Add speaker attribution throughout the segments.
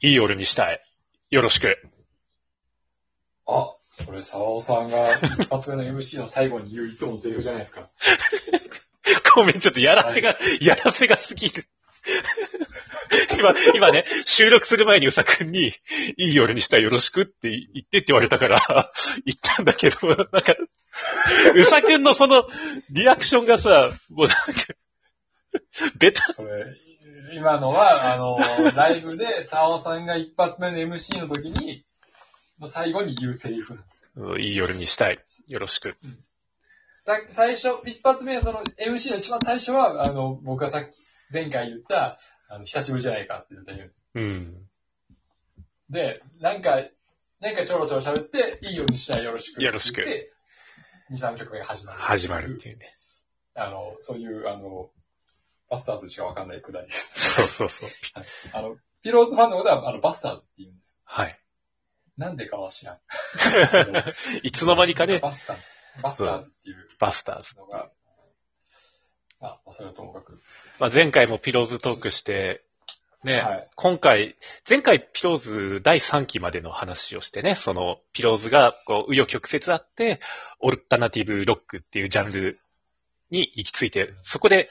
Speaker 1: いい夜にしたい。よろしく。
Speaker 2: あ、それ沢尾さんが一発目の MC の最後に言ういつものセリフじゃないですか。
Speaker 1: ごめん、ちょっとやらせが、やらせがすぎる。 今、今ね、収録する前にうさくんに、いい夜にしたいよろしくって言ってって言われたから、 言ったんだけど、なんか、うさくんのその、リアクションがさ、もうなんか、ベタ、
Speaker 2: それ、今のは、あの、ライブで沢尾さんが一発目の MC の時に、の最後に言うセリフなんですよ。
Speaker 1: うんいい夜にしたい。よろしく。
Speaker 2: さ最初、一発目、その MC の一番最初は、あの、僕がさっき、前回言った、あの、久しぶりじゃないかって絶対言うんです。
Speaker 1: うん。
Speaker 2: で、なんか、なんかちょろちょろ喋って、いいようにしたいよろしくって言って。
Speaker 1: よろ
Speaker 2: 2、3曲が始まる。
Speaker 1: 始まるっていうね。
Speaker 2: あの、そういう、あの、バスターズしかわかんないくらいです。
Speaker 1: そうそうそう。
Speaker 2: あの、ピローズファンのことは、あの、バスターズって言うんです。
Speaker 1: はい。
Speaker 2: なんでか は知らん。
Speaker 1: いつの間にかね、
Speaker 2: バスターズ。バスターズっていう
Speaker 1: バスターズ。
Speaker 2: のが、あ、それはともかく。
Speaker 1: まあ、前回もピローズトークして、ね、
Speaker 2: はい
Speaker 1: 今回、前回ピローズ第3期までの話をしてね、そのピローズがこう、紆余曲折あって、オルタナティブロックっていうジャンルに行き着いて、そこで、
Speaker 2: はい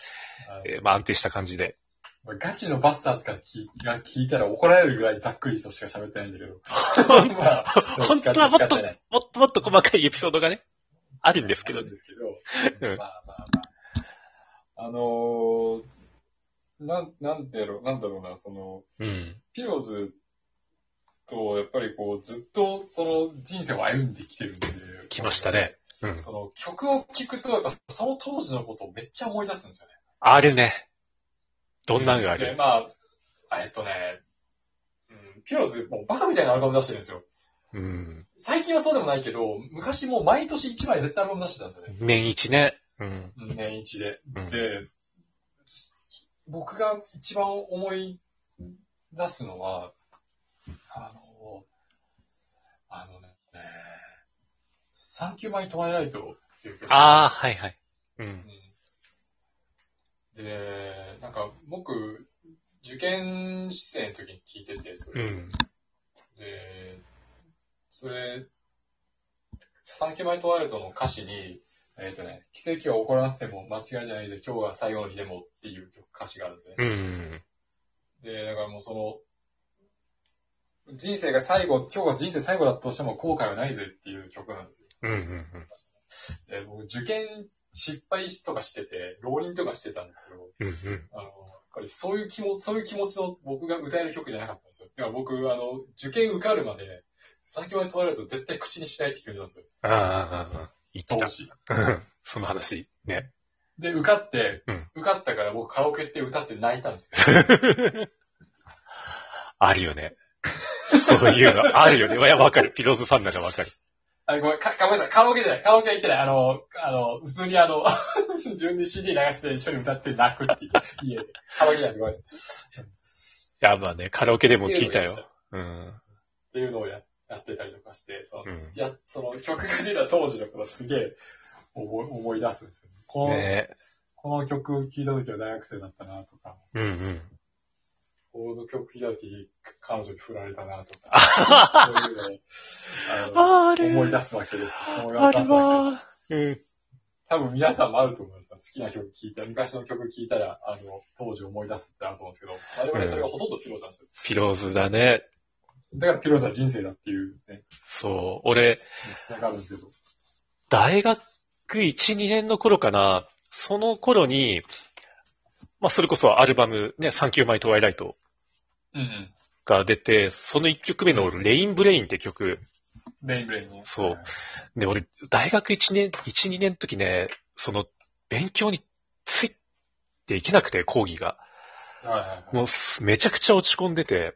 Speaker 1: えーまあ安定した感じで。
Speaker 2: ガチのバスターズから聞が聞いたら怒られるぐらいざっくりとしか喋ってないんだけど。 まあ、
Speaker 1: 本当はもっと
Speaker 2: 仕方ない
Speaker 1: もっともっと細かいエピソードがね、あるんですけど
Speaker 2: あるん
Speaker 1: ね。
Speaker 2: ですけど
Speaker 1: うん
Speaker 2: まあまあまあ。あのー、なん、なんてやろう、なんだろうな、その、
Speaker 1: うん。
Speaker 2: ピローズと、やっぱりこう、ずっとその人生を歩んできてるんで。
Speaker 1: 来ましたね。。うん。
Speaker 2: その曲を聴くと、やっぱその当時のことをめっちゃ思い出すんですよね。
Speaker 1: あるね。どんなんがあ
Speaker 2: で、
Speaker 1: る
Speaker 2: まあ、えっとね、うん、ピローズ、もうバカみたいなアルバム出してるんですよ。
Speaker 1: うん。
Speaker 2: 最近はそうでもないけど、昔もう毎年1枚絶対アルバム出してたんですよね。
Speaker 1: 年一ね。うん。
Speaker 2: 年一で。
Speaker 1: うん、
Speaker 2: で、僕が一番思い出すのは、あの、あのね、サンキューマイトワイライトっていう曲。
Speaker 1: ああ、はいはい。う。
Speaker 2: うんんで、なんか僕、受験試験の時に聞いてて、それ。
Speaker 1: うん。
Speaker 2: で、それ、サンキューマイトワイルドの歌詞に、えっ、とね、奇跡は起こらなくても間違いじゃないで、今日が最後の日でもっていう曲歌詞があるんですね。
Speaker 1: うん。
Speaker 2: で、だからもうその、人生が最後、今日が人生最後だとしても後悔はないぜっていう曲なんです
Speaker 1: う
Speaker 2: よ。
Speaker 1: ん。うん。
Speaker 2: で僕、受験失敗とかしてて、浪人とかしてたんですけど、
Speaker 1: うん。うん。
Speaker 2: あの、やっぱりそういう気持ち、そういう気持ちの僕が歌える曲じゃなかったんですよ。だから僕、あの、受験受かるまで、産業に問われると絶対口にしないって決めたんですよ。
Speaker 1: ああああ、ああ言って
Speaker 2: 当
Speaker 1: た。
Speaker 2: 時。
Speaker 1: うんその話。ね。
Speaker 2: で、受かって、
Speaker 1: うん
Speaker 2: 受かったから僕カラオケって歌って泣いたんですよ。
Speaker 1: あるよね。そういうの、あるよね。いや、わかる。ピローズファンならわかる。
Speaker 2: あ、ごめん、か、ごめんなさい。カラオケじゃない。カラオケは行ってない。あの、あの、普通にあの、 順に CD 流して一緒に歌って泣くっていう。家で。カラオケじゃないです。ごめんなさ
Speaker 1: い
Speaker 2: い。
Speaker 1: や、まあね、カラオケでも聞いたよ。うん。
Speaker 2: っていうのをややってたりとかして、その、
Speaker 1: うん
Speaker 2: いや、その曲が出た当時のことすげえ思い思い出すんですよね。この、
Speaker 1: ね
Speaker 2: この曲聴いた時は大学生だったなとか、
Speaker 1: うんうん。
Speaker 2: この曲聴いた時彼女に振られたなとか、
Speaker 1: あ
Speaker 2: そういうのをあ
Speaker 1: あ
Speaker 2: の
Speaker 1: る。
Speaker 2: 思い出すわけですよ。思い
Speaker 1: あ
Speaker 2: 出
Speaker 1: る
Speaker 2: すわけ
Speaker 1: わ。うん。
Speaker 2: 多分皆さんもあると思いますよ。好きな曲聴いた、昔の曲聴いたら、あの、当時思い出すってあると思うんですけど、我々それがほとんどピローズなんですよ。
Speaker 1: ピローズだね。
Speaker 2: だからピローズは人生だっていうね、
Speaker 1: そう。俺、
Speaker 2: つながるんですけど。
Speaker 1: 大学1、2年の頃かな、その頃に、まあ、それこそアルバム、ね、サンキューマイトワイライト
Speaker 2: うんうん。
Speaker 1: が出て、その1曲目のレインブレインって曲、
Speaker 2: レインブレインね。
Speaker 1: そうで、俺、大学1年、1、2年の時ね、その、勉強についていけなくて、講義が。
Speaker 2: はいはいはい。
Speaker 1: もうす、めちゃくちゃ落ち込んでて、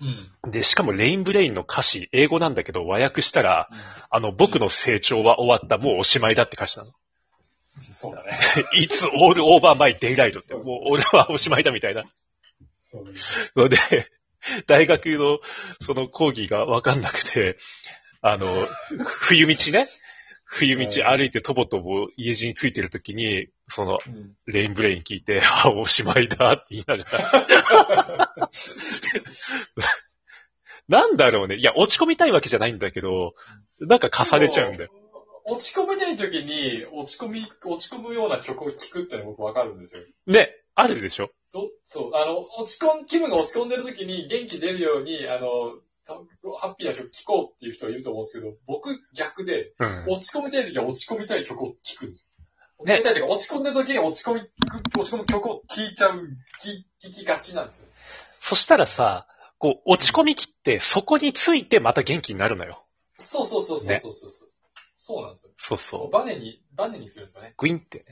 Speaker 2: うん。うん
Speaker 1: で、しかも、レインブレインの歌詞、英語なんだけど、和訳したら、あの、僕の成長は終わった、もうおしまいだって歌詞なの。
Speaker 2: そうだね。
Speaker 1: いつ、オールオーバーマイデイライトって、もう俺はおしまいだみたいな。
Speaker 2: そうだね。
Speaker 1: ので、大学のその講義がわかんなくて、あの、冬道ね、冬道歩いてとぼとぼ家路についてるときに、その、
Speaker 2: うん。
Speaker 1: レインブレイン 聞いて、あ、おしまいだって言いながら、 なんだろうね。いや、落ち込みたいわけじゃないんだけど、なんか重ねちゃうんだよ。
Speaker 2: 落ち込めない時に、落ち込み、落ち込むような曲を聴くってのは僕わかるんですよ。
Speaker 1: ね、あるでしょ
Speaker 2: ど、そう、あの、落ち込ん、気分が落ち込んでる時に元気出るように、あの、たハッピーな曲聴こうっていう人がいると思うんですけど、僕逆で、
Speaker 1: うん。
Speaker 2: 落ち込みたい時は落ち込みたい曲を聴くんですよ。落ち込
Speaker 1: ね
Speaker 2: みたいというか、落ち込んでる時に落ち込み、落ち込む曲を聴いちゃう、聴聴きがちなんですよ。
Speaker 1: そしたらさ、こう、落ち込み切って、そこについてまた元気になるのよ。
Speaker 2: そうそうそうそうそうそうそう。そうなんですよ。
Speaker 1: そうそ
Speaker 2: バネに、バネにするんですよね
Speaker 1: う。。グインって。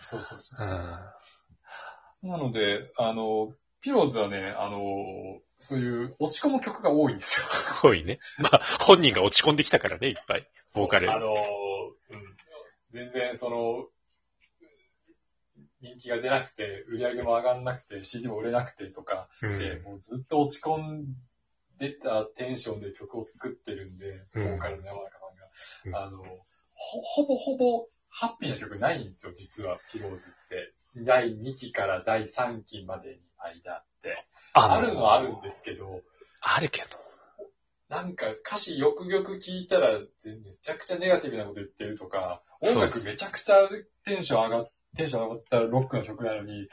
Speaker 2: そうそうそう
Speaker 1: う
Speaker 2: そう。
Speaker 1: ん。
Speaker 2: なので、あの、ピローズはね、あの、そういう落ち込む曲が多いんですよ。
Speaker 1: 多いね。まあ、本人が落ち込んできたからね、いっぱい。ボーカル
Speaker 2: あの、うん、全然その、人気が出なくて、売り上げも上がんなくて、CD も売れなくてとか、
Speaker 1: う
Speaker 2: で
Speaker 1: ん。
Speaker 2: もうずっと落ち込んでたテンションで曲を作ってるんで、ボ
Speaker 1: うん
Speaker 2: ーカルの山中さんが。
Speaker 1: う
Speaker 2: あの、ほ、ほぼほぼハッピーな曲ないんですよ、実は、ピローズって。第2期から第3期までに間って。あるのはあるんですけど、
Speaker 1: あるけど。
Speaker 2: なんか歌詞よくよく聞いたら、めちゃくちゃネガティブなこと言ってるとか、
Speaker 1: そう
Speaker 2: 音楽めちゃくちゃテンション上がっテンション上がったロックの曲なのに、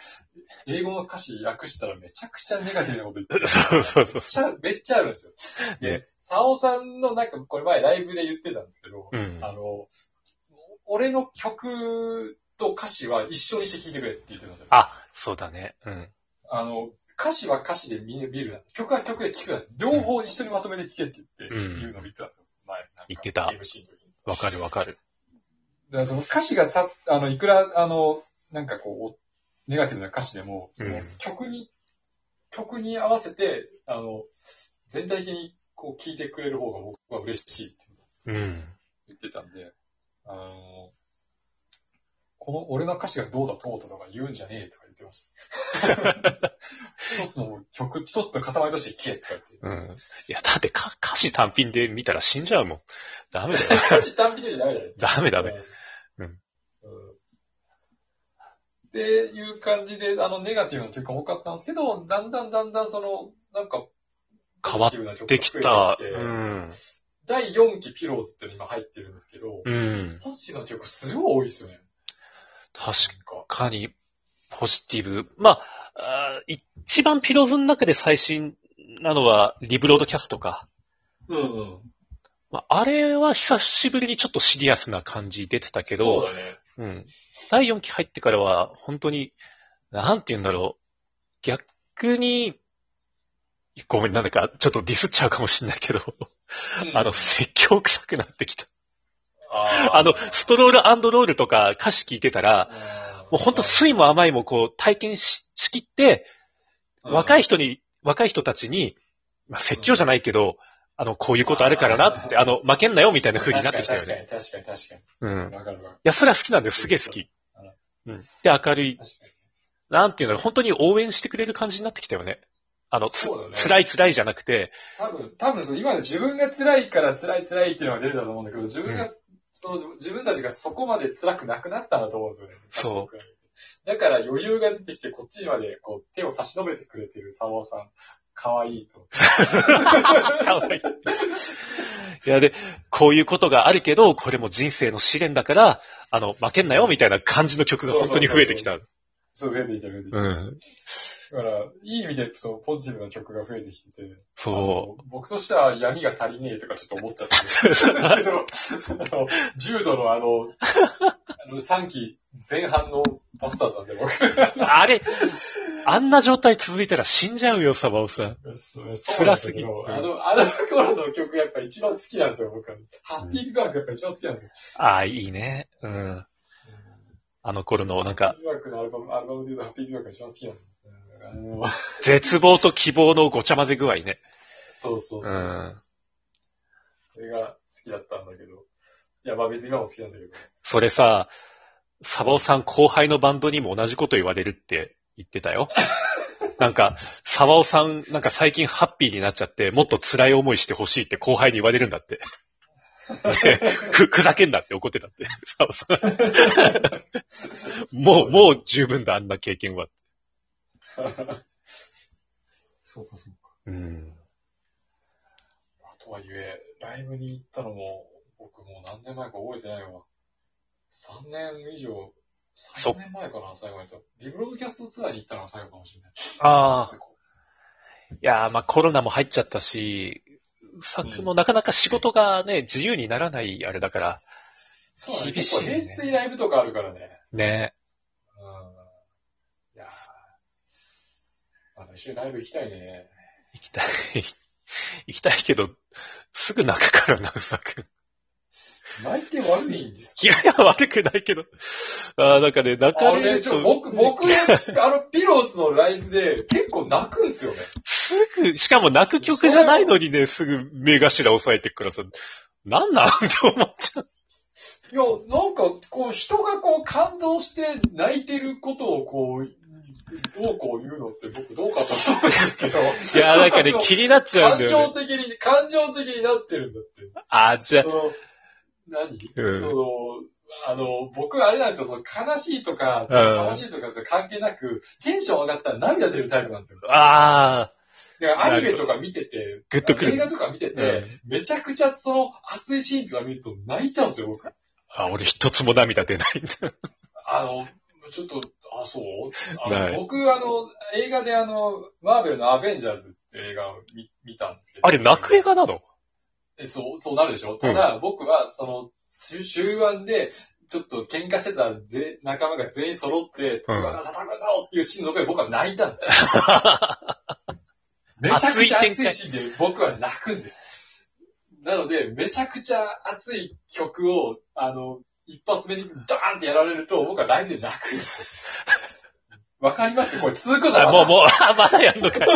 Speaker 2: 英語の歌詞訳したらめちゃくちゃネガティブなこと言って る。
Speaker 1: そうそうそう
Speaker 2: めっちゃ、めっちゃあるんですよ。
Speaker 1: ね
Speaker 2: で、サオさんのなんか、これ前ライブで言ってたんですけど、
Speaker 1: うん。
Speaker 2: あの、俺の曲と歌詞は一緒にして聴いてくれって言ってたんですよ。
Speaker 1: あ、そうだね。うん。
Speaker 2: あの、歌詞は歌詞で見る見るな。曲は曲で聴くな。両方一緒にまとめて聴けって言って、
Speaker 1: うん
Speaker 2: 言うのを言ってたんですよ。前、なんか
Speaker 1: 言ってた
Speaker 2: MC の時に。
Speaker 1: わかるわかる。
Speaker 2: だからその歌詞がさ、あの、いくら、あの、なんかこう、ネガティブな歌詞でも、その
Speaker 1: うん
Speaker 2: 曲に、曲に合わせて、あの、全体的にこう聴いてくれる方が僕は嬉しいって
Speaker 1: うん。
Speaker 2: 言ってたんで、あの、この俺の歌詞がどうだこうだとか言うんじゃねえとか言ってま した。一つの曲、一つの塊として聴けとか言って。
Speaker 1: うん。いや、だってか歌詞単品で見たら死んじゃうもん。ダメだ よ。
Speaker 2: 歌詞単品でじゃダメだよ。
Speaker 1: ダメダメ。
Speaker 2: う
Speaker 1: うんん。
Speaker 2: っていう感じで、あの、ネガティブな曲が多かったんですけど、だんだんだんだんその、なんか、
Speaker 1: 変わっ
Speaker 2: ポジティブな曲が
Speaker 1: でき
Speaker 2: 増
Speaker 1: た。
Speaker 2: えてきて
Speaker 1: うん。
Speaker 2: 第4期ピローズっていうの今入ってるんですけど、
Speaker 1: うん。
Speaker 2: ポジティブな曲すごい多いですよね。
Speaker 1: 確
Speaker 2: なんか。
Speaker 1: かに、ポジティブ。まあ、あー一番ピローズの中で最新なのは、リブロードキャストか。
Speaker 2: うんうん。
Speaker 1: まあ、あれは久しぶりにちょっとシリアスな感じ出てたけ
Speaker 2: そう
Speaker 1: ど、
Speaker 2: だね。
Speaker 1: うん。第4期入ってからは、本当に、なんて言うんだろう。逆に、ごめん、なんだか、ちょっとディスっちゃうかもしれないけど、
Speaker 2: うん
Speaker 1: あの、説教臭くなってきた。
Speaker 2: あー
Speaker 1: あの、ストロールロールとか歌詞聞いてたら、もう本当、酸いも甘いもこう、体験し、しきって、若い人に、若い人たちに、まあ、説教じゃないけど、あの、こういうことあるからなって、あの、負けんなよみたいな風になってきたよね。。
Speaker 2: 確かに確かに確かに
Speaker 1: うん。
Speaker 2: 確かに。わかるわ。
Speaker 1: いや、それは好きなんです。すげえ好き。うん。で、明るい。
Speaker 2: 確かに。
Speaker 1: なんていうの、本当に応援してくれる感じになってきたよね。あの、つ
Speaker 2: そうだね
Speaker 1: 辛い辛いじゃなくて、
Speaker 2: 多分、多分その今の自分が辛いから辛い辛いっていうのが出るんだと思うんだけど、自分が、
Speaker 1: うん
Speaker 2: その自分たちがそこまで辛くなくなったんだと思うんですよね。。
Speaker 1: そう
Speaker 2: だから余裕が出てきて、こっちまでこう手を差し伸べてくれてる沢尾さん、かわいいと。
Speaker 1: かわいい。いや、で、こういうことがあるけど、これも人生の試練だから、あの、負けんなよみたいな感じの曲が本当に増えてきた。
Speaker 2: そう増えていてる。だ
Speaker 1: うん。
Speaker 2: から、いい意味でそのポジティブな曲が増えてきてて、
Speaker 1: そ
Speaker 2: あの僕としては闇が足りねえとかちょっと思っちゃったん ですけどあの、柔道のあの、あの3期前半のバスターさんで僕、
Speaker 1: う。あれ、あんな状態続いたら死んじゃうよ、サバオさん。
Speaker 2: そう
Speaker 1: 辛すぎる
Speaker 2: そうなんだけどあの、あの頃の曲やっぱ一番好きなんですよ、僕は。ハッピーバークやっぱ一番好きなんですよ。
Speaker 1: ああ、いいね。うん。あの頃の、なん
Speaker 2: ハッ
Speaker 1: か、
Speaker 2: ピーバークのアルバム、アルバムで言うとハッピーバークが一番好きなんですよ。あの
Speaker 1: 絶望と希望のごちゃ混ぜ具合ね。
Speaker 2: そうそうそうそう。
Speaker 1: うん
Speaker 2: それが好きだったんだけど。いや、まあ別に今も好きなんだけど。
Speaker 1: それさ、サバオさん後輩のバンドにも同じこと言われるって言ってたよ。 なんか、サバオさん、なんか最近ハッピーになっちゃって、もっと辛い思いしてほしいって後輩に言われるんだ って。でふ、ふざけんなって怒ってたって、サバオさ ん。もう、もう十分だ、あんな経験は。
Speaker 2: そうかそうか。
Speaker 1: うん。
Speaker 2: とはいえ、ライブに行ったのも、僕もう何年前か覚えてないわ。3年以上、
Speaker 1: そ
Speaker 2: 3年前かな、最後に行った。リブロードキャストツアーに行ったのが最後かもしれない。
Speaker 1: ああ。いやー、まあコロナも入っちゃったし、作もなかなか仕事がね、自由にならないあれだから、
Speaker 2: そうだね。
Speaker 1: 厳しい
Speaker 2: 結構
Speaker 1: ね
Speaker 2: 平水ライブとかあるからね。
Speaker 1: ね。
Speaker 2: うん。いやーまた一緒にライブ行きたいね。
Speaker 1: 行きたい。 行きたいけど、すぐ泣くからな、うさくん。
Speaker 2: 泣いて悪いんです
Speaker 1: いやいや、悪くないけど。ああ、なんかね、泣
Speaker 2: か
Speaker 1: か
Speaker 2: あ
Speaker 1: れ
Speaker 2: れ、
Speaker 1: る
Speaker 2: ちょ、
Speaker 1: と、
Speaker 2: 僕、僕、あの、ピロースのライブで結構泣くんすよね。
Speaker 1: すぐ、しかも泣く曲じゃないのにね、すぐ目頭押さえてくからさ、なんなんって思っちゃう。
Speaker 2: いや、なんか、こう、人がこう、感動して泣いてることをこう、どうこう言うのって僕どうかと思うんですけど。
Speaker 1: いやー、なんかね
Speaker 2: あの、
Speaker 1: 気になっちゃうん
Speaker 2: 感
Speaker 1: だよ
Speaker 2: 情
Speaker 1: ね。
Speaker 2: 的に、感情的になってるんだって。
Speaker 1: ああ、じゃあ
Speaker 2: そ、の、何
Speaker 1: うん
Speaker 2: その、あの、僕、あれなんですよ、その悲しいとか、そ
Speaker 1: うん
Speaker 2: の悲しいとか、その関係なく、テンション上がったら涙出るタイプなんですよ。
Speaker 1: ああ、
Speaker 2: だからアニメとか見てて、
Speaker 1: グッとく
Speaker 2: 映
Speaker 1: る。
Speaker 2: 画とか見てて、めちゃくちゃその熱いシーンとか見ると泣いちゃうんですよ、僕。
Speaker 1: あ、俺一つも涙出ないんだ。
Speaker 2: あの、ちょっと、あ、そうあ
Speaker 1: はい
Speaker 2: の僕、あの、映画であの、マーベルのアベンジャーズって映画を見見たんですけど。
Speaker 1: あれ、泣く映画なの
Speaker 2: えそう、そうなるでしょただ、僕は、その、終終盤で、ちょっと喧嘩してたぜ仲間が全員揃って、
Speaker 1: うん
Speaker 2: 戦うぞっていうシーンの中で僕は泣いたん ですよ。めちゃ
Speaker 1: 熱
Speaker 2: く
Speaker 1: い
Speaker 2: ちゃ
Speaker 1: 展
Speaker 2: 熱
Speaker 1: 開
Speaker 2: いシーンで僕は泣くんです。なので、めちゃくちゃ熱い曲を、あの、一発目にダーンってやられると、僕はライブ で泣くんです。わかりますこれ続くぞ。
Speaker 1: あもう、もう、あ、まだやんのかい。